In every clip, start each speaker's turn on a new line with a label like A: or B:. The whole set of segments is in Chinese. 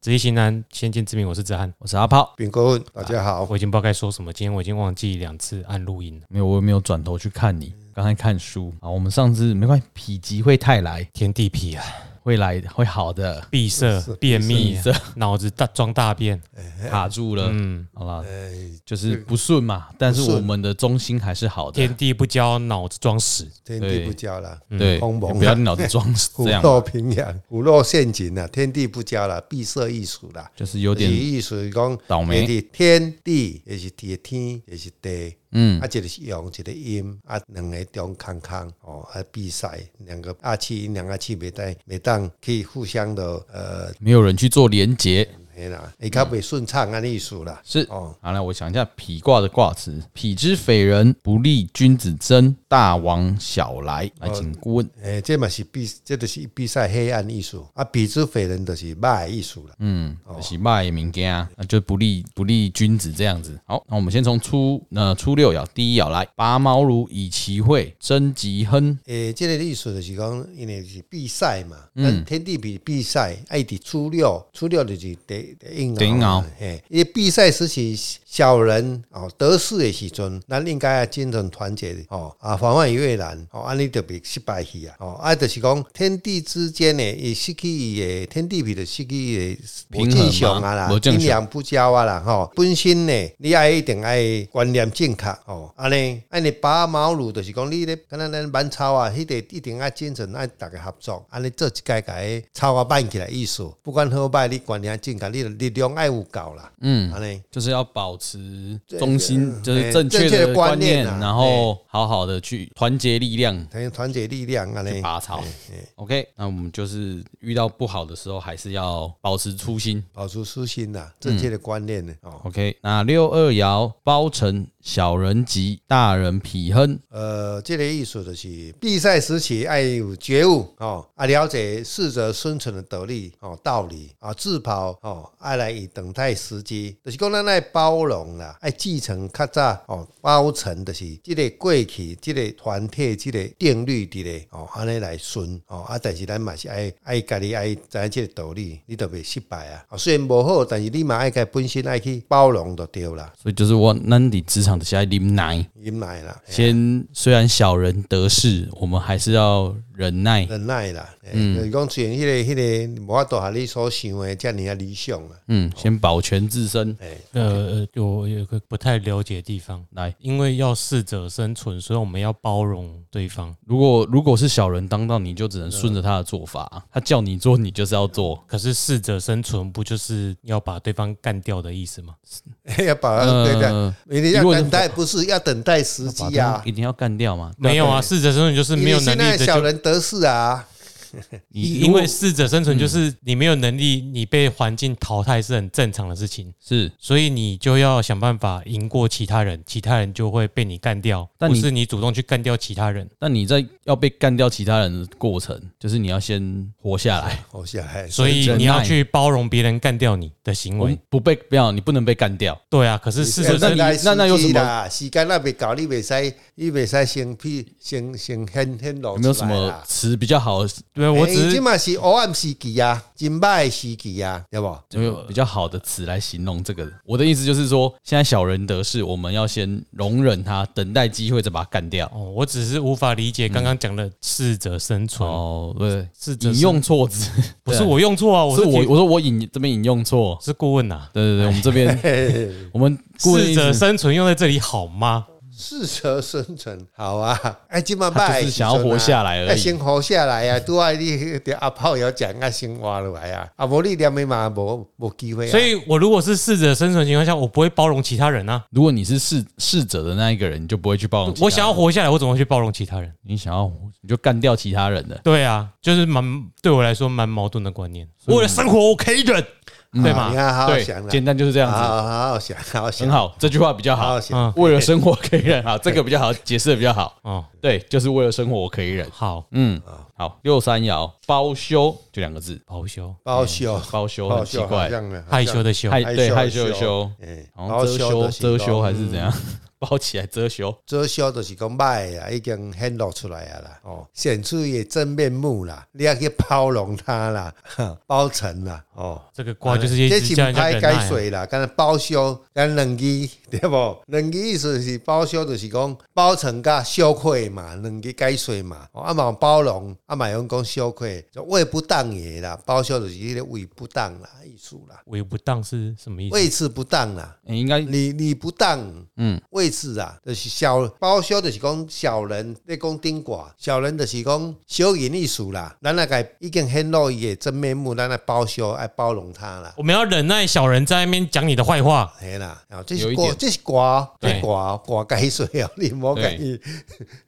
A: 知易行难，先见之明。我是子涵，
B: 我是阿炮，
C: 炳哥，大家好。
B: 啊
A: 我已经不知道该说什么，今天我已经忘记两次按录音了。
B: 没有，我没有转头去看你，刚才看书啊。我们上次没关系，否极会泰来，
A: 天地痞啊，
B: 会来会好的，
A: 闭塞、啊便秘啊
B: 闭塞、
A: 脑子大装大 便，
B: 卡住了，
A: 嗯，
B: 好了，
C: 哎，
B: 就是不顺嘛。但是
C: 不顺
B: 我们的中心还是好的
A: 天，地不交，脑子装屎。
C: 天地不交了，
B: 对，
C: 空蒙啊
B: 不要脑子 装
C: 虎
B: 这样，
C: 落平阳，虎落陷阱啊，天地不交了，闭塞艺术啦。
B: 就是有
C: 就是
B: 点
C: 意思讲，
B: 倒霉
C: 就是天地也是地的天，也是地，
B: 嗯，
C: 啊，一个是阳，一个阴，啊，两个中空空哦，啊，比赛两个阿气，两个气袂当袂当去互相的呃，
B: 没有人去做连结，
C: 嘿啦，会较袂顺畅安尼意思啦。
B: 是。
C: 哦，
B: 好，来我想一下痞卦的卦词：痞之匪人，不利君子争。大王小来，
C: 呃
B: 来，请顾问。
C: 诶、这嘛是比，这就是比赛黑暗艺术啊，比之匪人就是歹艺术啦。
B: 嗯，就是卖民间啊，那就不利不利君子这样子。好，那我们先从初呃初六爻第一爻来，拔毛如以其会，贞吉亨。
C: 诶、呃这个意思就是讲，因为是比赛嘛，嗯，天地比比赛，爱伫初六，初六就是第第一
B: 第一爻
C: 爻嘛，嘿，因为比赛时期小人哦得势的时阵，咱应该啊精神团结的哦，啊防范于未然哦，安尼就别失败去啊，哦，啊就是讲天地之间呢，也失去伊的天地比就失去伊的
B: 平衡嘛
C: 正常啊啦
B: 无，正常
C: 阴阳不交啊啦，吼，本身呢，你爱一定爱观念正确哦，安尼，安尼拔毛乳就是讲你咧，敢若咱挽草啊，迄个一定爱精神爱逐个合作，安尼做一届届草啊挽起来意思，不管好歹，你观念正确，你的力量爱有够啦，嗯，安尼。
B: 就是要保持中心，就
C: 对
B: 是正确
C: 正确
B: 的
C: 的
B: 观
C: 观
B: 念，
C: 念啊
B: 然后好好的去团结力量
C: 团团结力量安尼，
B: 拔草。OK，那我们就是遇到不好的时候，还是要保持初心。
C: 保持初心啦，正确的观念呢。哦，
B: OK，那六二爻包成小人吉，大人痞亨。
C: 呃，这个意思就是比赛时期爱有觉悟哦，啊，了解适者生存的道理哦，道理啊，自保哦，爱来以等待时机，就是讲咱爱包容啦，爱继承较早哦，包成就是这个过去，这个团体，这个定律伫咧哦，安尼来顺哦，啊，但是咱嘛是爱爱家己爱知影这个道理，你就袂失败啊。啊虽然无好，但是你嘛爱家本身爱去包容就对啦，
B: 所以就是我，那你职场的下一啉奶，
C: 忍耐啦，
B: 先虽然小人得势，我们还是要忍耐。
C: 忍耐啦，嗯，就是讲虽然迄个迄个无法度合你所想的遮尔啊哎理想啦，
B: 嗯，先保全自身。
A: 呃，呃我有个不太了解的地方，
B: 来，
A: 因为要适者生存，所以我们要包容对方。
B: 如果如果是小人当道，你就只能顺着他的做法，啊他叫你做，你就是要做。
A: 可是适者生存不就是要把对方干掉的意思吗？
C: 要把它呃对待，
A: 呃
C: 因为要
B: 如果
C: 等待，不是要等待时
B: 把
C: 机
B: 他
C: 啊
B: 呃一。定要干掉嘛？
A: 没有啊，适者生存就是没有能
C: 因为
A: 力的
C: 现在小
A: 就。
C: 人得势啊，
B: 你
A: 因为嗯适者生存就是你没有能力，你被环境淘汰是很正常的事情，
B: 是，
A: 所以你就要想办法赢过其他人，其他人就会被你干掉，
B: 但
A: 不
B: 你
A: 是你主动去干掉其他人。
B: 但你在要被干掉其他人的过程，就是你要先活下来，
C: 好下来，
A: 所以
B: 忍耐
A: 你要去包容别人干掉你的行
B: 我
A: 为
B: 们，不被不要，你不能被干掉。
A: 对啊。可是适者
C: 要
A: 生
C: 等待
B: 呃那那那有什么
C: 时机啦？时间那袂到，你袂使，你袂使先批，先先先先露
B: 有没有
C: 出
B: 什
C: 来啊
B: 么
C: 啦。
B: 词比较好？
A: 对我
B: 哎
A: 只
C: 即
A: 是
C: 嘛是黑暗时期啊，真歹的时期啊，对不？
B: 有没有比较好的词来形容这个？我的意思就是说，现在小人得势，我们要先容忍他，等待机会再把他干掉。
A: 哦，我只是无法理解刚刚讲的适者生存，
B: 哦，对，
A: 是这是
B: 引用错字，
A: 不是我用错啊，我
B: 是
A: 是
B: 哦我
A: 提
B: 我说我引这边引用错，
A: 是顾问呐。
B: 对对对，我们这边
C: 嘿嘿嘿
B: 我们顾问
A: 适
B: 意
A: 者
B: 思
A: 生存用在这里好吗？
C: 适者生存，好啊！ 哎，今嘛
B: 他
C: 拜
B: 就是想要活下来而已
C: 要哎先活下来啊！拄啊，你对阿炮要讲啊，先活落来啊！啊，无你念的嘛，无无机会啊！
A: 所以我如果是适者生存的情况下，我不会包容其他人啊。
B: 如果你是逝逝者的那一个人，你就不会去包容其他人。
A: 我想要活下来，我怎么会去包容其他人？
B: 你想要活，你就干掉其他人了。
A: 对啊，就是蛮对我来说蛮矛盾的观念。为了生活，我可以忍，对
C: 啊嗯你
A: 吗？
C: 要好好
B: 对
C: 想，啦，
B: 简单就是这样
C: 好
B: 子，
C: 好好好想，好好
B: 很
C: 想，好
B: 好，这句话比较好嗯
C: 好。想。
B: 为了生活可以忍，好，这个比较好，解释的比较好。
A: 哦，
B: 对，就是为了生活我可以忍。
A: 好，
B: 嗯，好，六三爻包羞就两个字，
A: 保修，
C: 包羞，
B: 包羞
C: 包
B: 很嗯奇
C: 羞，好
B: 怪，
C: 像呢
A: 害羞，的羞，
B: 哎害
C: 好像
B: 对害羞
C: 羞
B: 羞，
C: 嗯
B: 然后遮羞遮羞还是怎？样？ 包起来遮羞。
C: 遮羞就是讲歹啊，已经显露出来啊啦，哦，显出伊的真面目啦，你啊要去包容它啦， 呵包成啦，哦。
A: 这个瓜就是一直
C: 是
A: 叫人家
C: 歹
A: 忍耐
C: 解
A: 啊。
C: 水啦，敢若包修，咱两字 对无？两字意思是包修，就是讲包成甲羞愧嘛，两字解水嘛。哦啊嘛有包容，啊嘛用讲羞愧，就胃不当也啦，包修就是迄个胃不当啦，意思啦，
A: 为不当是什么意思？啊
C: 位置不当啦。
B: 欸、应该
C: 你你不当，
B: 嗯
C: 嗯，位置啊，就是小包修，就是讲小人咧讲顶寡，小人就是讲小人意思啦。咱那个已经显露伊的真面目，咱来包修，爱包容他啦。
A: 我们要忍耐小人在那边讲你的坏话，
C: 嘿啦，啊，这
B: 有
C: 是
B: 一
C: 瓜，
B: 点
C: 这是瓜，
A: 对
C: 这瓜瓜该水啊， 你莫介意。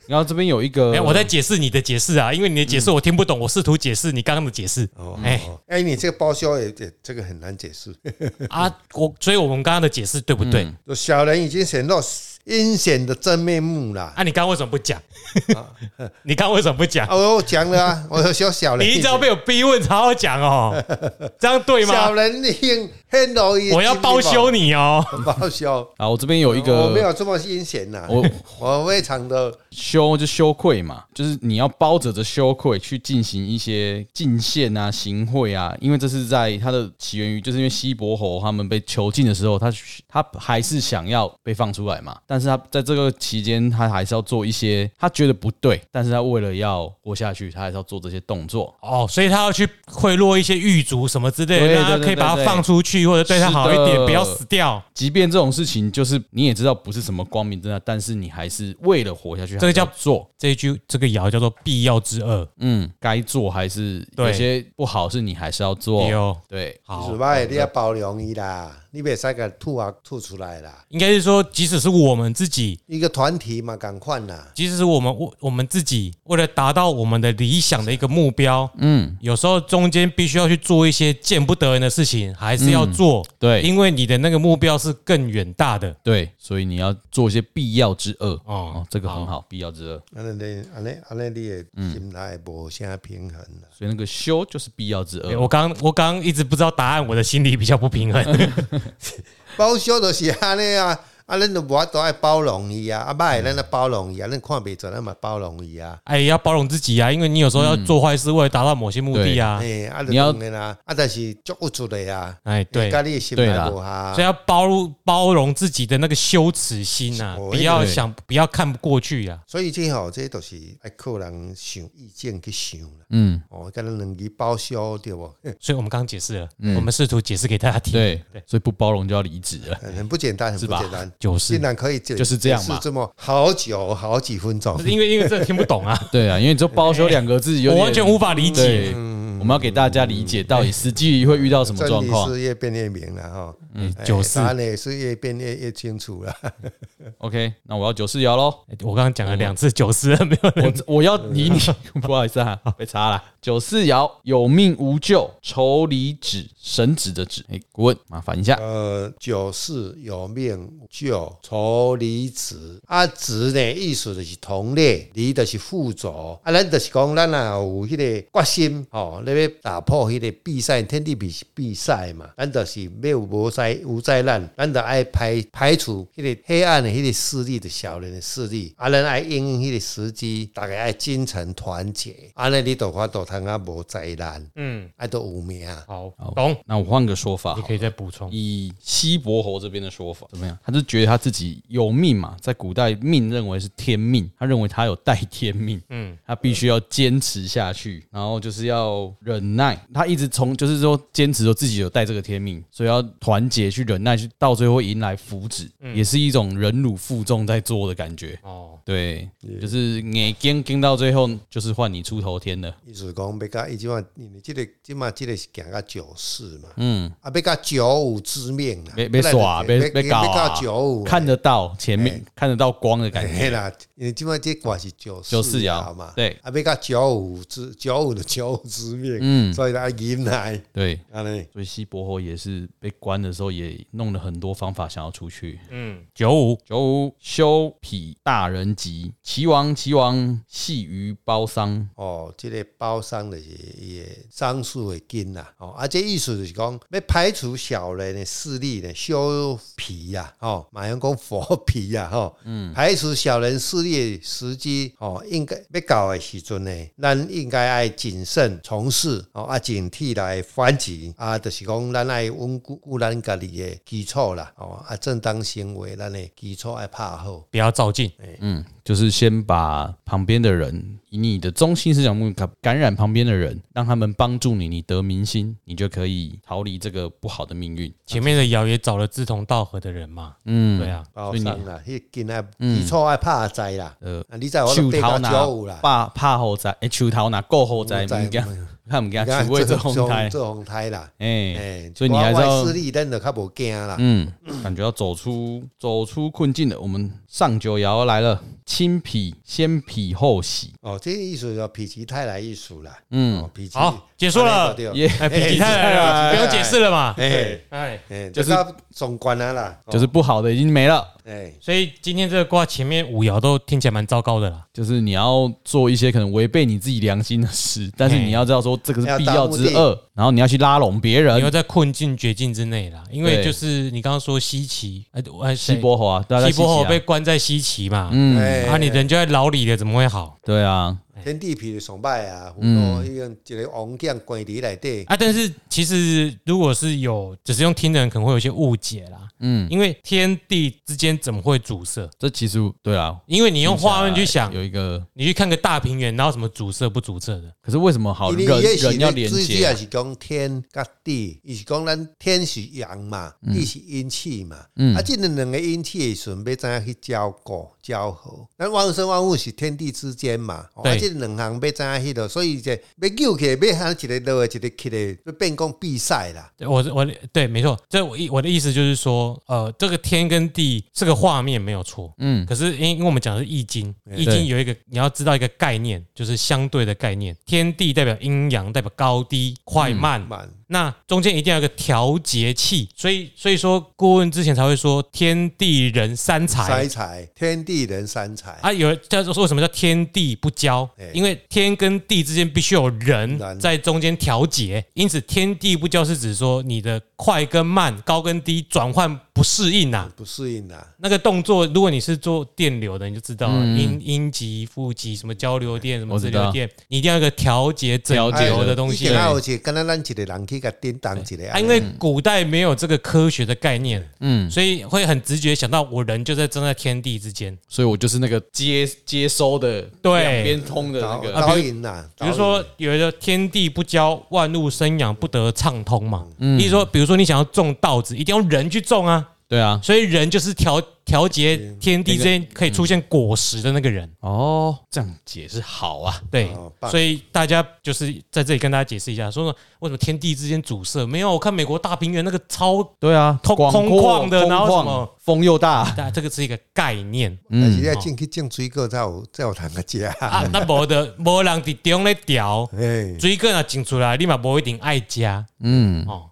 B: 然后这边有一个，
C: 嗯
A: 哎，我在解释你的解释啊，因为你的解释我听不懂，我试图解释你刚刚的解释
C: 哦，
A: 哎
C: 哦哎，你这个包销也也这个很难解释。
A: 啊，我所以我们刚刚的解释对不对？
C: 就小人已经显露阴险的真面目啦。
A: 啊，你刚刚为什么不讲？ 你刚刚为什么不讲
C: 啊，？我有讲 了啊，我有说小人，
A: 你一直要被我逼问才好讲哦， 这样对
C: 小
A: 吗？
C: 人已经很容易，
A: 我要包修
C: 你
A: 你哦。
C: 包修。
B: 啊，我这边有一
C: 我哦没
B: 个
C: 有这么阴险呐，
B: 我
C: 我非常的
B: 羞就羞愧嘛，就是你要包着这羞愧去进行一些进献啊、行贿啊，因为这是在它的起源于，就是因为西伯侯他们被囚禁的时候，他他还是想要被放出来嘛，但是他在这个期间，他还是要做一些他觉得不对，但是他为了要活下去，他还是要做这些动作。
A: 哦，所以他要去贿赂一些狱卒什么之类的，
B: 对
A: 让他
B: 对对
A: 可以把他
B: 对对
A: 放出去，或者对他好一
B: 是
A: 点，
B: 的
A: 不要死掉。
B: 即便这种事情，就是你也知道不是什么光明正大，但是你还是为了活下去，
A: 这个叫
B: 还是要做。
A: 这一句这个爻叫做必要之恶。
B: 嗯，该做还是
A: 对
B: 有些不好，是你还是要做
A: 对。哦，
B: 对，
A: 好
C: 是，吧？你要包容伊啦，你别三个吐啊吐出来啦。
A: 应该是说，即使是我们自己，
C: 一个团体嘛，赶快啦，
A: 即使是我们我我们自己，为了达到我们的理想的一个目标，嗯，有时候中间必须要去做一些见不得人的事情，还是要做，
B: 嗯对
A: 因为你的那个目标是更远大的。
B: 对，所以你要做一些必要之恶哦这个很
A: 好
B: 好，必要之恶。
C: 安尼安尼安尼，你的嗯心态无啥平衡啊啦。
B: 所以那个修就是必要之恶。
A: 哎诶我刚我刚一直不知道答案，我的心里比较不平衡。
C: 包销就是安尼啊，啊，恁就无法度爱包容伊啊，啊，歹的咱就包容
B: 嗯
C: 伊啊，恁看袂准，咱嘛包容伊啊。
A: 哎，要包容自己啊，因为你有时候要做坏事，为了达到某些目的啊。
C: 哎，啊，就
B: 你要
C: 当然啦，啊，但是足有出的啊，
A: 哎，对，
C: 家你的心
B: 对啦
C: 态无合
A: 所以要包包容自己的那个羞耻心啊，
C: 我
A: 不要想不要看不过去啊。
C: 所以这吼，这都是爱靠人想意见去想啦。
B: 嗯，
C: 哦，跟咱两支包销 对不？
A: 所以我们刚刚解释了，我们试图解释给大家听，
B: 对，所以不包容就要离职了。
C: 很很不简单，很
B: 是
C: 不
B: 吧
C: 简单。
A: 就
C: 竟
A: 是
C: 然可以解
B: 就是这样嘛
C: 解释这么好久好几分钟，
A: 因为因为这听不懂啊，
B: 对啊，因为你说包修两个 字有
A: 我
B: 点，
A: 完全无法理
B: 对
A: 解。。
B: 我们要给大家理解到底实际会遇到什么
C: 真
B: 状
C: 理
B: 况。
C: 是越变越明了哈。
A: 嗯
C: 哎
A: 九四
C: 答，案也是越变越越清楚了。
A: 嗯
B: OK，那我要九四爻喽。
A: 哎我刚刚讲了两次九四，没有人
B: 我我要理你， 不好意思啊，被查了。九四爻有命无咎，愁离子，神子的子。哎、顾问麻烦一下。
C: 呃，九四有命就愁离子，啊子呢意思就是同类，离就是附着，啊咱就是讲咱啊有迄个决心，吼、你要打破迄个比赛，天地比比赛嘛，咱就是没有无灾无灾难，咱就爱排排除迄个黑暗的迄个势力的小人的势力，啊咱爱应用迄个时机，大家爱精诚团结，安尼你就有法度通啊无灾难，
A: 嗯，
C: 啊都有命。
A: 好懂，
B: 那我换个说法好
A: 你
B: 了，
A: 可以再补充。
B: 以西伯侯这边的说法怎么样？他就觉得他自己有命嘛，在古代命认为是天命，他认为他有带天命，嗯，他必须要坚持下去，然后就是要忍耐。他一直从就是说坚持说自己有带这个天命，所以要团结去忍耐，去到最后迎来福祉，也是一种忍辱负重在做的感觉。
A: 哦，
B: 对，就是你跟跟到最后，就是换你出头天了。
C: 意思讲要甲伊即嘛，因为即个即嘛即个是行到九四嘛，嗯，啊要甲九五之命啦，
B: 别别耍，别别搞、
C: 要
B: 啊
C: 到，九五，
B: 看得到前面，
C: 哎
B: 看得到光的感觉。
C: 嘿啦，因哎为即嘛即卦是九
B: 九四爻啊
C: 嘛，啊
B: 对
C: 啊要甲九五之九五的九五之命性，嗯，所以他忍耐，
B: 对，
C: 安尼
B: 所以西伯侯也是被关的时候，也弄了很多方法想要出去。
A: 嗯，九五
B: 九五修匹大人集，齐王齐王系于包桑。
C: 哦，这个包商就是伊的商数的根啦，哦，啊，这意思就是讲要排除小人的势力呢，修皮呀、哦，马上讲佛皮呀、哦，嗯，排除小人势力的时机，哦，应该要搞的时阵呢，咱应该爱谨慎从事，哦，啊，警惕来反击，啊，就是讲咱爱稳固固咱家己的基础啦，哦，啊，正当行为咱的基础爱拍好。
A: 不要照进，
B: 嗯，就是先把旁边的人以你的中心思想目感感染旁边的人，让他们帮助你，你得民心，你就可以逃离这个不好的命运。
A: 前面的谣也找了志同道合的人嘛，
B: 嗯，
A: 对啊，
C: 包商哦啦，迄根啊，基础爱拍在啦，
B: 呃
C: 啊，你在我都
B: 树头
C: 八到
B: 拿
C: 九有啦，
B: 怕怕后灾，哎，树头拿够后灾，
C: 不知
B: 唔讲，看唔讲，
C: 你看
B: 除非这红台，
C: 做红胎啦，
B: 哎
C: 哎，，
B: 所以你还是
C: 外
B: 要
C: 势力咱就较无惊啦。
B: 嗯，感觉要走出走出困境了。我们上九爻来了，亲匹先匹后 喜，
C: 哦，这个意思叫否极泰来艺术啦。
B: 嗯
C: 哦，否极
A: 好结束了
C: 对
B: 耶
A: 哎，比吉泰来了，不用解释了嘛，
C: 哎
A: 哎，
C: 哎，
B: 就
C: 就是是总管啊啦，哦
B: 就是不好的已经没了。
C: 哎，
A: 所以今天这个卦前面五爻都听起来蛮糟糕的啦，
B: 就是你要做一些可能违背你自己良心的事，但是
A: 嘿
B: 你要知道说这个是
C: 要
B: 必
C: 当
B: 要
C: 目
B: 之
C: 的
B: 恶，然后你要去拉拢别
A: 你会
B: 人。
A: 在困境绝境之内啦，因为
B: 对
A: 就是你刚刚说西岐，哎，哎
B: 西
A: 谁
B: 伯侯啊，大家
A: 西伯侯
B: 啊
A: 被关在西岐嘛，
B: 嗯，
C: 哎
A: 啊，你人就在牢里了，怎么会好
B: 对啊，
C: 天地痞的崇拜啊，嗯，一个一个王将关伫内底，
A: 啊？但是其实如果是有，只是用听的人可能会有一些误解啦，
B: 嗯，
A: 因为天地之间怎么会阻塞？
B: 这其实对啊，
A: 因为你用画面去想，
B: 嗯有一个，
A: 你去看个大平原，哪有什么阻塞不阻塞的？
B: 可是为什么好
A: 哦
C: 因为
B: 人
C: 也是
B: 人要连
C: 最主
B: 接
C: 要
B: 啊？
C: 是讲天甲地，伊是讲咱天是阳嘛，地是阴气嘛，
A: 嗯
C: 啊，即两两个阴气的时阵要怎样去照顾交合？咱万生万物是天地之间嘛，哦啊，
A: 对
C: 即两行要怎样迄落，所以这要救起来，要喊一个落一个起来，要变讲比赛啦。
A: 对我我对，没错，这我意我的意思就是说，呃，这个天跟地这个画面没有错，
B: 嗯
A: 可是因因为我们讲的是易经，易经有一个你要知道一个概念，就是相对的概念，天地代表阴阳，代表高低快慢。
C: 慢，
A: 那中间一定要有一个调节器，所以所以说顾问之前才会说天地人三才
C: 三才，天地人三才，
A: 啊，有人叫做为什么叫天地不交
C: 哎？
A: 因为天跟地之间必须有人
C: 人
A: 在中间调节，因此天地不交是指说你的快跟慢、高跟低转换不适应呐、
C: 不适应啦。
A: 那个动作，如果你是做电流的，你就知道了阴阴极、负极，什么交流电、什么
B: 嗯我知
A: 直
B: 道
A: 流电，你一定要有一个调节整
B: 调节
A: 流的东
C: 以
A: 西
C: 前。啊，而且刚刚咱一个人去甲叮当一个
A: 啊，，因为
B: 嗯
A: 古代没有这个科学的概念，嗯，所以会很直觉想到我人就在正在天地之间。
B: 所以我就是那个接接收的，
A: 对
B: 两边通的那
C: 导
B: 个，啊
C: 导引啦，
A: 比如
C: 导
A: 说
C: 引，
A: 有一个天地不交，万物生养不得畅通嘛。嗯，意思说，比如说你想要种稻子，一定要人去种啊，
B: 对啊，
A: 所以人就是调调节天地之间可以出现果实的那个人。
B: 哦，这样解释好啊，
A: 对
C: 哦，棒
A: 所以大家就是在这里跟大家解释一下，说说为什么天地之间阻塞？没有，我看美国大平原那个超，
B: 对啊，
A: 空
B: 广
A: 空
B: 阔
A: 旷的
B: 空
A: 然后
B: 旷
A: 什么
B: 风又大，
A: 大这个是一个概念
C: 但是要进去种水果才有才有通个食。
A: 啊。那无的无人伫中咧调，
C: 哎，
A: 水果若种出来，你嘛无一定爱加
B: 嗯，
A: 哦。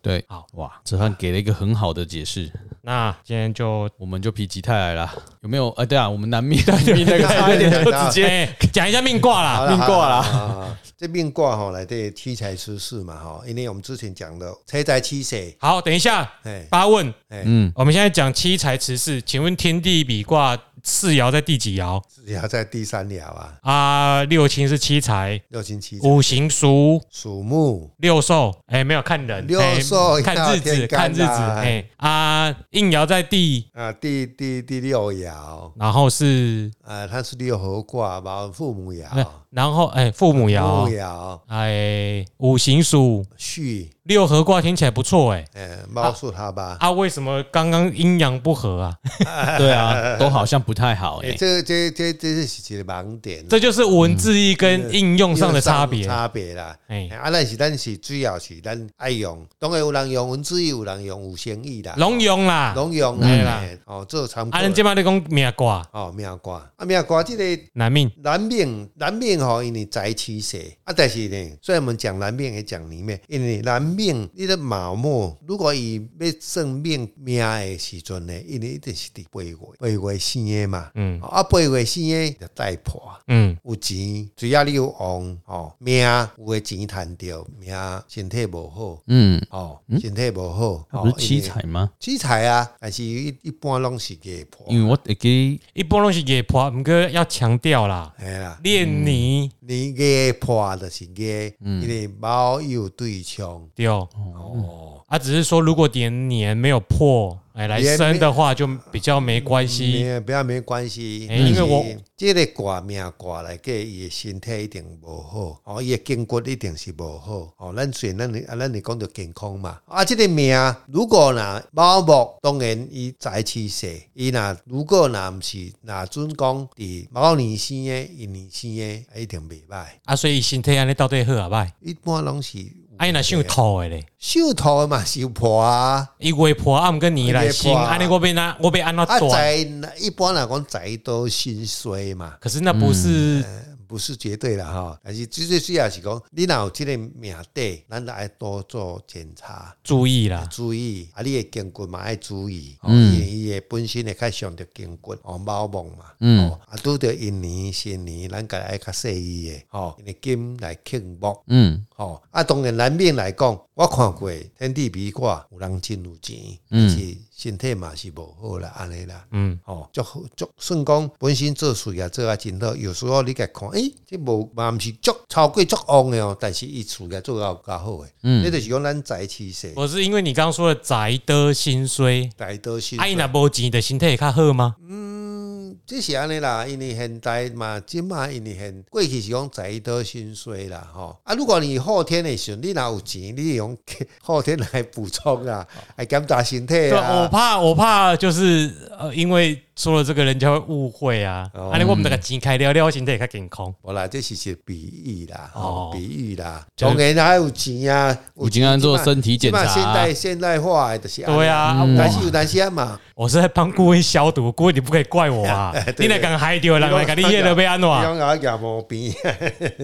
B: 对，
A: 好，
B: 哇，子涵给了一个很好的解释，
A: 那今天就
B: 我们就否极泰来啦，有没有？呃，对啊，我们南面南面那个 差一点就直接
A: 哎讲一下命卦啦。
B: 命卦
C: 啊
B: 啦
C: 啦，这命卦吼来对七财出世嘛哈，因为我们之前讲的财财七色，
A: 好，等一下
C: 哎
A: 八问，
C: 哎，
A: 我们现在讲七财十事，请问天地比卦四爻在第几爻
C: 要在第三爻啊，
A: 啊？六亲是七财，
C: 六亲七
A: 五行属
C: 属木，
A: 六兽，哎、没有看人，
C: 六
A: 哎
C: 兽一
A: 看
C: 到
A: 日子，
C: 天干
A: 看日子，
C: 啦
A: 哎、啊，应爻在地，
C: 啊，第第第六爻
A: 然后是，
C: 啊，它是六合卦吧，父母爻，
A: 然后哎、父母
C: 父母
A: 爻，
C: 爻
A: 哎、五行属
C: 戌
A: 六合卦听起来不错哎，
C: 嗯，猫树哈巴，
A: 啊，为什么刚刚阴阳不合啊？
B: 对啊，都好像不太好哎、
C: 哎，这这这这是一个盲点，
A: 这就是文字义跟应用上的差别。
C: 差别啦。
A: 哎
C: 啊，咱是咱是主要是咱爱用，当然有人用文字，有人用有生意啦，
A: 龙用啦，
C: 拢用
A: 嗯
C: 啦
A: 啦，
C: 嘿哦，做参考
A: 啊，。咱即摆咧讲命卦
C: 哦，命卦啊，命卦这个
A: 难命，
C: 南面南面吼，因为宅气邪啊，但是呢，虽然我们讲南面也讲里面，因为南面你的卯木，如果伊要算命命的时阵呢，因为一定是伫八月，八月生的嘛，
A: 嗯
C: 啊，八月生的就带破。
A: 嗯，
C: 有钱，只要你有旺哦，命有诶钱趁着，命身体无好
B: 嗯，
C: 哦，身体无好，
B: 他不是
C: 哦
B: 七，彩吗？
C: 因为七彩啊，但是一一般拢是月破，
B: 因为我会记
A: 一般拢是野破，毋过要强调啦，
C: 哎啦。
A: 练泥
C: 你月破就是月，
B: 嗯
C: 因为卯有对冲
A: 对
C: 哦，
A: 啊，只是说如果点年没有破，哎，来
C: 年
A: 生的话就比较没关系。
C: 没不要没关系，
A: 哎因为我
C: 但是这个卦命卦来给伊的身体一定无好，哦，伊的筋骨一定是无好，哦，咱虽然咱啊，咱是讲到健康嘛，啊，这个命如果若卯木，当然伊财气势，伊若如果若毋是若准讲伫卯年生的，一年生的，啊一定袂歹，
A: 啊，所以身体安尼到底好啊歹？
C: 一般拢是
A: 啊，伊若想吐的咧，
C: 绣头的嘛是有破啊。
A: 伊月破啊，毋过年来生，
C: 月破啊
A: 安尼我被哪我被安怎
C: 啊，
A: 断？
C: 宅一般来讲，宅都心衰嘛，
A: 可是那不是
C: 不是绝对啦哈。但是最最主要是讲，你若有这个命底，咱就爱多做检查，
A: 注意啦，
C: 注意啊，你的筋骨嘛爱注意，哦因为伊的本身会较伤着筋骨，哦，猫梦嘛，哦，啊，拄着一年、新年，咱个爱较细意的，哦，因为金来庆木。
B: 嗯
C: 哦，啊，当然难免来讲，我看过天地比卦，有人真有钱，但是身体嘛是无好啦，安尼啦，
A: 嗯，
C: 哦，足好足算讲本身做事业做啊真好，有时候你甲看，诶、这无嘛毋是足超过足旺的哦，但是伊事业做啊较好诶，嗯，这就是讲咱财气势，
A: 我是因为你刚刚说的宅的心衰，
C: 大多是
A: 啊，伊若无钱的身体会较好吗？
B: 嗯
C: 这是安尼啦，因为现代嘛，即嘛因为现过去是讲财多薪水啦，吼啊！如果你后天的时候，你若有钱，你用后天来补充啦，来检查身体
A: 哦对，哦我
C: 啊。
A: 怕我怕就是呃，因为说了这个人家会误会啊，
C: 哦
A: 安尼我们那个钱开了了，身体会较健康。
C: 无啦，这是一个比喻啦，
A: 哦
C: 吼，比喻啦。
A: 就
C: 当然还有钱啊，
B: 有钱啊做身体
C: 即嘛
B: 检查
C: 现代现代化的就是安尼
A: 对，啊，啊
B: 嗯
C: 但
A: 我
C: 是有但是啊嘛，
A: 我是在帮顾问消毒，顾问你不可以怪我啊，你来敢害 掉人来敢你业了被安
C: 嗯你
B: 嗯
A: 暖，
C: 讲我牙毛病，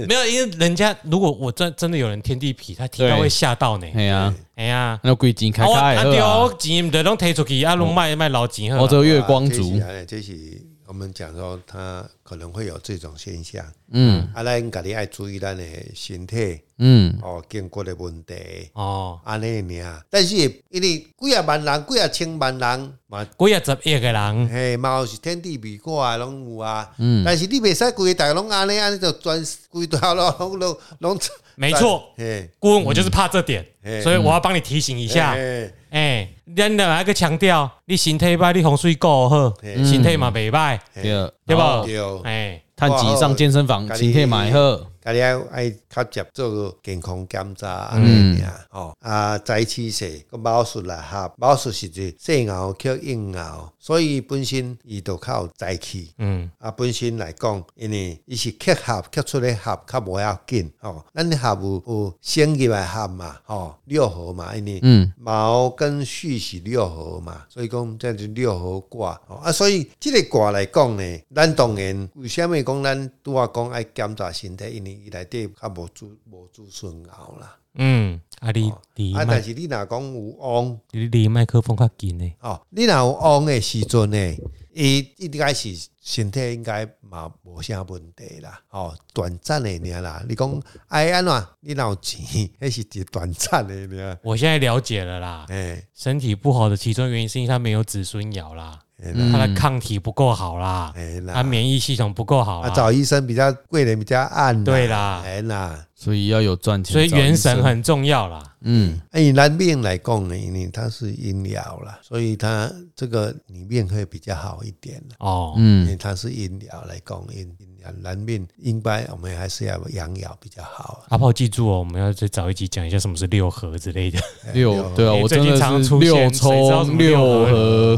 A: 没有，因为人家如果我真真的有人天地痞，他听到
B: 对
A: 会吓到呢。
B: 嘿啊，
A: 哎呀，
B: 那贵金
A: 啊
B: 开
A: 我
B: 开
A: 啊对
B: 的
A: 啊，
B: 好啊，
A: 我钱唔得拢提出去，啊拢卖卖老钱好
B: 我
A: 啊。
B: 这月光族
C: 这是，安尼这是我们讲说他可能会有这种现象。嗯，啊，咱家己爱注意咱的身体。
B: 嗯
C: 哦，经过的问题，
A: 哦，
C: 安尼尔。但是因为几啊万人，几啊千万人嘛，
A: 几啊十亿个人，
C: 嘿，嘛有是天地比卦啊，拢有啊。嗯，但是你袂使规个大家拢安尼，安尼就全规条路拢拢拢。
A: 没错，
C: 嘿，
A: 顾问我就是怕这点，
C: 嗯
A: 所以我要帮你提醒一下。
C: 嘿
A: 哎，咱两来个强调，你身体歹，你风水顾好，
C: 嗯
A: 身体嘛袂歹，
B: 对啊
C: 嘿
A: 对
B: 吧？
A: 不？
C: 对，
A: 哎，
B: 趁钱上健身房，身体买好，
C: 家己爱爱较接做个健康检查安尼尔。哦，啊，早起势个猫术啦，哈，猫术是一个细牛克硬牛，所以本身伊就较有早起。
A: 嗯，
C: 啊，本身来讲，因为伊是结合结出来合较无要紧吼，咱合有有先入来合嘛，吼、六合嘛，因为
B: 嗯
C: 卯跟戌是六合嘛，所以讲这是六合卦吼、啊，所以即个卦来讲呢，咱当然为什么讲咱拄啊讲爱检查身体，因为伊内底较无主无主顺熬啦，
A: 嗯，啊你离
C: 啊，但
A: 麦
C: 是你若讲有旺。
A: 你离麦克风较近呢，
C: 哦，你若有旺的时阵呢，伊应该是身体应该嘛无啥问题啦。哦，短暂的尔啦，你讲哎安怎？你若有钱，迄是一个短暂的尔。
A: 我现在了解了啦，
C: 哎、
A: 身体不好的其中原因是因为他没有子孙爻啦，
C: 哎啦
A: 他的抗体不够好啦，
C: 哎
A: 他
C: 啦，
A: 免疫系统不够好
C: 啊，
A: 啦，
C: 找医生比较贵人比较暗啦。
A: 对啦
C: 哎啦，
B: 所以要有赚钱。
A: 所以元神，很重要啦。
B: 嗯
C: 哎，以男命来讲呢，因为它是阴爻啦，所以它这个里面会比较好一点啦。
A: 哦，
C: 因
B: 嗯
C: 为它是阴爻来讲，阴阴难免，应该我们还是要养咬比较好啊。
A: 阿炮记住哦，我们要再找一集讲一下什么是六合之类的。
B: 六对啊，
A: 哎
B: 我
A: 最
B: 真
A: 近
B: 的
A: 常
B: 是
A: 出现
B: 六
A: 谁知道
B: 抽
A: 什么
B: 六
A: 六合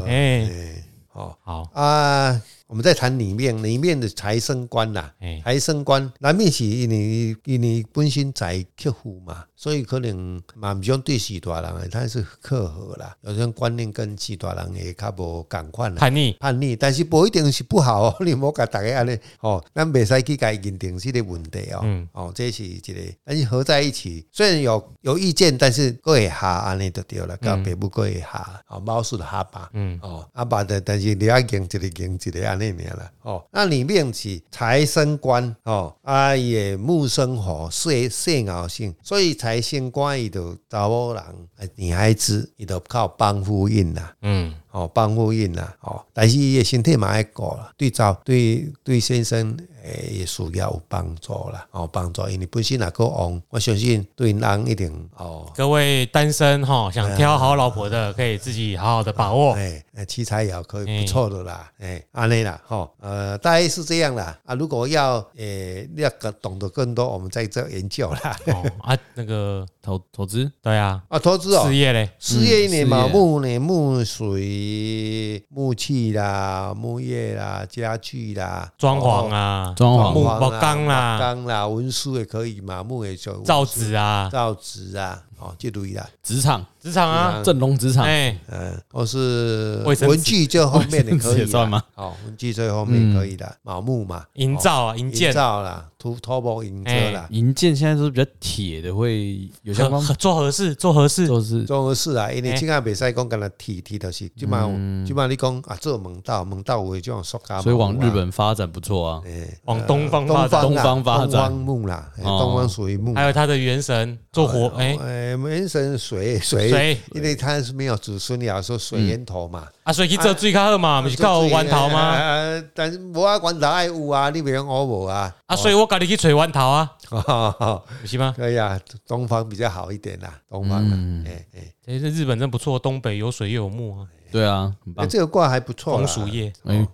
B: 合，
A: 哎、
C: 哎哦
A: 好，
C: 啊，我们再谈里面里面的财生官啦、
A: 哎
C: 财生官难免是因为因为本身在客户嘛，所以可能嘛毋想对许大人的，他是客户啦，有种观念跟许大人的较无共款啦。
A: 叛逆，
C: 叛逆，但是无一定是不好哦， 你莫甲大家安尼哦，咱袂使去甲伊认定这个问题哦，
A: 嗯
C: 哦，这是一个，但是合在一起，虽然有有意见，但是各会下安尼就对了，甲爸母各会下，哦，猫叔的下巴，
A: 嗯，
C: 哦，啊，爸的，但是你要经一个经一个安尼尔啦。哦，那里面是财生官哦，啊伊的木生火，岁岁熬性，所以财生官伊就查某人，啊女孩子伊就靠帮夫运啦。
A: 嗯，
C: 哦，帮夫运啦，哦，但是伊的身体嘛爱顾啦，对照对对先生诶的事业有帮助啦，哦，帮助，因为本身若个旺，我相信对人一定哦，
A: 各位单身哈，想挑好老婆的，可以自己好好的把握。
C: 哎，哎，七彩也可以
A: 哎
C: 不错的啦，哎，安内啦，哈，呃，大概是这样啦。啊，如果要，呃，要更懂得更多，我们在这研究啦。
A: 哦啊，那个，
B: 投投资
A: 对啊，
C: 啊，投资哦
A: 事，业嘞，
C: 事业一年嘛，
B: 嗯事业
C: 木呢，木水、木器啦、木业啦、家具啦、
A: 装潢
C: 哦、
A: 啊，
B: 装潢
A: 木
C: 木
A: 木缸啦，
C: 钢啦、文书也可以嘛，木也就
A: 造纸啊，
C: 造纸啊，哦，这类啦，
B: 职场
A: 职场啊，
B: 正龙职场，
A: 哎，
C: 嗯，或是
A: 卫生纸
C: 文具这方面也可
B: 卫生纸
C: 以
B: 也算吗嗯
C: 啦，哦，文具这方面也可以的，麻木嘛，
A: 营
C: 哦
A: 造啊，营
C: 营
A: 建，
C: 造啦，土土木营造啦，
A: 哎
B: 银建现在都是比较铁的，会有相关
A: 合合做合适，做合适，
B: 就是
C: 总而是啦，因
A: 哎
C: 为即个袂使讲干那铁铁就是，即嘛即嘛你讲啊做门道，门道有这种塑胶，
B: 嗯
A: 啊
B: 所以往日，本发展不错啊。
C: 诶，
A: 往东方
C: 呃
A: 发展。
C: 东方啦
B: 东方发展
C: 东方木啦，诶
B: 哦
C: 东方属于木
A: 还，有他的元神做活，
C: 哦
A: 哎，
C: 诶，门神水水，
A: 水
C: 因为它是没有子孙了，说水源头嘛，
A: 啊，所以去做最较好啊嘛，不是靠弯头
C: 啊
A: 吗？
C: 啊啊但是无啊，弯头爱有啊，你袂用我无啊，
A: 啊，所以我家己去找弯头啊，
C: 哦
A: 不是吗？
C: 可以啊，东方比较好一点啦，东方啊啦，诶诶，
A: 哎，这日本真不错，东北有水又有木啊，
B: 对啊，很
C: 那
B: 棒。
C: 哎这个卦还不错
A: 风
C: 啦，
A: 俗业，
B: 哎，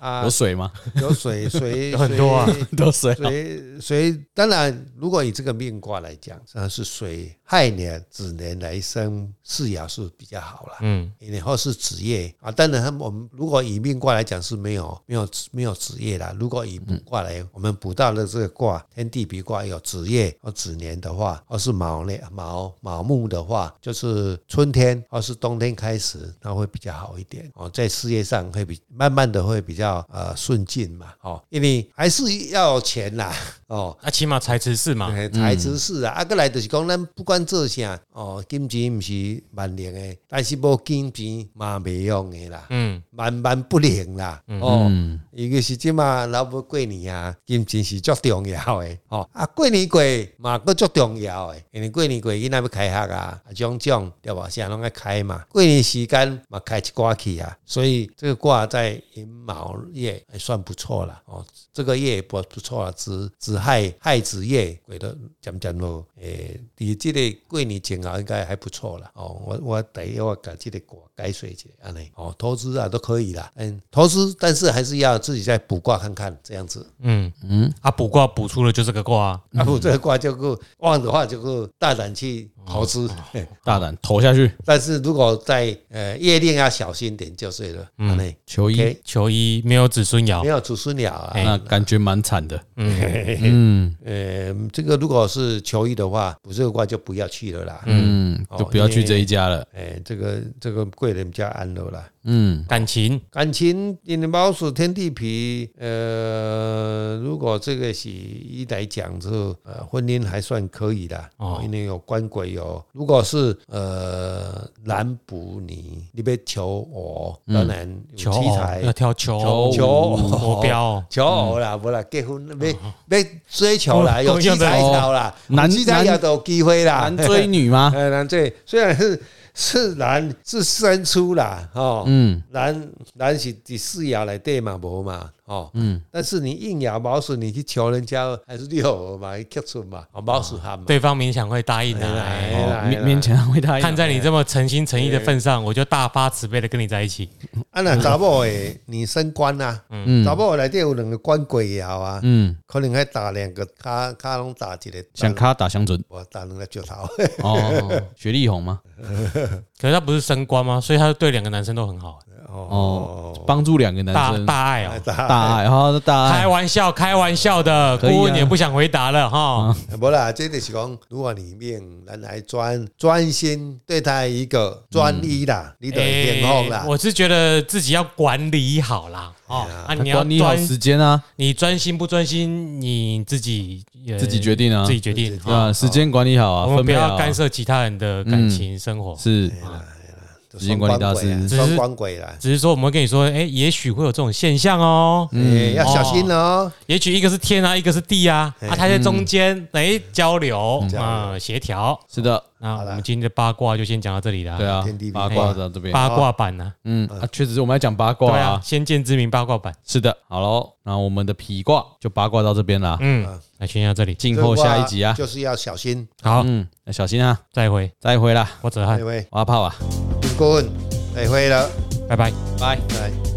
C: 啊
B: 有，水吗？
C: 有水 水
A: 有很多啊
C: 水
B: 都水啊。
C: 水水，当然，如果以这个命卦来讲，当然是水亥年、子年来生四爻是比较好了。
A: 嗯，
C: 然后是子业啊，当然他们我们如果以命卦来讲是没有没有没有子业啦。如果以卜卦来，我们卜到的这个卦天地比卦有子业或子年的话，或是卯年卯卯木的话，就是春天或是冬天开始，那会比较好一点哦，在事业上会比慢慢的会比较呃顺进嘛哦，因为还是要有钱啦哦，
A: 啊，起码财池是嘛，嗯
C: 嘿财知识啊，啊，过来就是讲，咱不管做啥，哦，金钱毋是万能的，但是无金钱嘛袂用的啦，
A: 嗯，
C: 万万不能啦，哦，尤其是即嘛，老母过年啊，金钱是足重要的，哦，啊，过年过嘛，佫足重要的，因为过年过囡仔要开学啊，啊，种种对吧？啥拢要开嘛，过年时间嘛开一挂去啊，所以这个挂在寅卯月还哎算不错啦，哦，这个月也不不错啊，子子亥亥子月，过得渐渐咯，诶、伫即个过年前后应该还不错啦。哦，我我第一我甲即个卦改水一下安尼，哦，投资啊都可以啦，嗯，投资，但是还是要自己再卜卦看看这样子。
A: 嗯嗯，啊，卜卦卜出了就这个卦啊，
C: 啊，不，这个卦就够旺的话就够大胆去投资，嘿
B: 大胆投下去，
C: 但是如果在呃夜令要小心点就是了，安尼、
B: 求医
C: OK，
A: 求医没有子孙
C: 没
A: 爻，
C: 有子孙了啊。
A: 哎
B: 那感觉蛮惨的。
C: 嗯，呃，这个如果是求医的话，卜这个卦就不要去了啦。嗯，
B: 嗯，
A: 哦
B: 就不要去这一家了。
C: 哎，这个这个贵人比较安乐啦。
B: 嗯，
A: 感情
C: 感情，因为猫鼠天地皮，呃，如果这个是一来讲之后，呃，婚姻还算可以啦。
A: 哦
C: 哦，因为有官鬼有，如果是呃男补你，你别求嗯我，当然有
A: 求
C: 七
A: 偶
C: 彩
A: 哦要挑求
B: 哦
A: 偶
C: 求偶
A: 目标 哦，
B: 嗯
C: 求偶啦，无啦，结婚要要追求啦，
A: 哦
C: 有七彩条啦，
B: 男
C: 七彩条都有机会啦，
B: 男追女吗？
C: 哎，男追虽然是是男是生出啦，哦，
B: 嗯，
C: 男男是第四爻内底嘛无嘛，哦，嗯，但是你硬咬毛鼠，你去求人家还是六合嘛，克出嘛，哦，毛鼠汉嘛，
A: 对方勉强会答应的、
C: 哎
A: 啊。哎
C: 来
B: 哦
C: 来
B: 勉勉强会答应。
A: 看在你这么诚心诚意的份
B: 哎
A: 上，我就大发慈悲的跟你在一起。
C: 啊，那查某诶，你升官啊，
B: 嗯
C: 查某内底有两个官鬼也好啊，
B: 嗯，
C: 可能还打两个，卡卡拢打一个，
B: 想卡打想准
C: 我打两个石头，
B: 哦，雪丽红吗？
A: 可是他不是升官吗？所以他对两个男生都很好，
B: 哦，帮助两个男
A: 大
B: 生哎
A: 大爱哦。
B: 大爱，然后大
A: 开
B: 爱，
A: 玩笑，开玩笑的，
B: 可以啊嗯
A: 顾问也不想回答了哈。
C: 无啦，这就是讲，如果你命咱来专专心对待一个专一啦，
B: 嗯
C: 你就会
A: 诶
C: 健康啦。
A: 哎我是觉得自己要管理好啦，哦啊，你要
B: 哎管理好
A: 专，
B: 时间啊，
A: 你专心不专心，你自己呃
B: 自己决定啊
A: 自己决定
C: 自己
B: 对啊，
A: 啊。
B: 时间管理好啊，
A: 我们
B: 分
A: 不
B: 配
A: 要
B: 好啊
A: 干，涉哎其他人的感情生活，
B: 是
C: 就
B: 时间管理大师
C: 双
A: 只是
C: 光鬼啊双光鬼啦，
A: 只是说我们会跟你说，哎，也许会有这种现象哦。
B: 嗯
C: 诶要小心哦。
A: 也许一个是天啊，一个是地啊，啊，他在中
B: 嗯
A: 间哎交流啊协调。
B: 是的，
A: 那我们今天的八卦就先讲到这里了。
B: 对啊
C: 天地，
B: 八
C: 平
B: 卦
C: 衡
B: 到这边，
A: 八卦版呢？
B: 嗯啊，确实是我们来讲八
A: 对
B: 卦
A: 啊
B: 啊，，
A: 先见之明八卦版。
B: 是的，好喽，那我们的皮卦就八卦到这边啦，
A: 嗯，那先到这里，
B: 静候下一集啊，
C: 就是要小心，
A: 好，
B: 嗯，那小心啊，
A: 再会，
B: 再会啦，
A: 我泽汉
C: 因，为
B: 挖炮啊，
C: 顾问，再会了，
A: 拜拜。
B: 拜。
C: 来。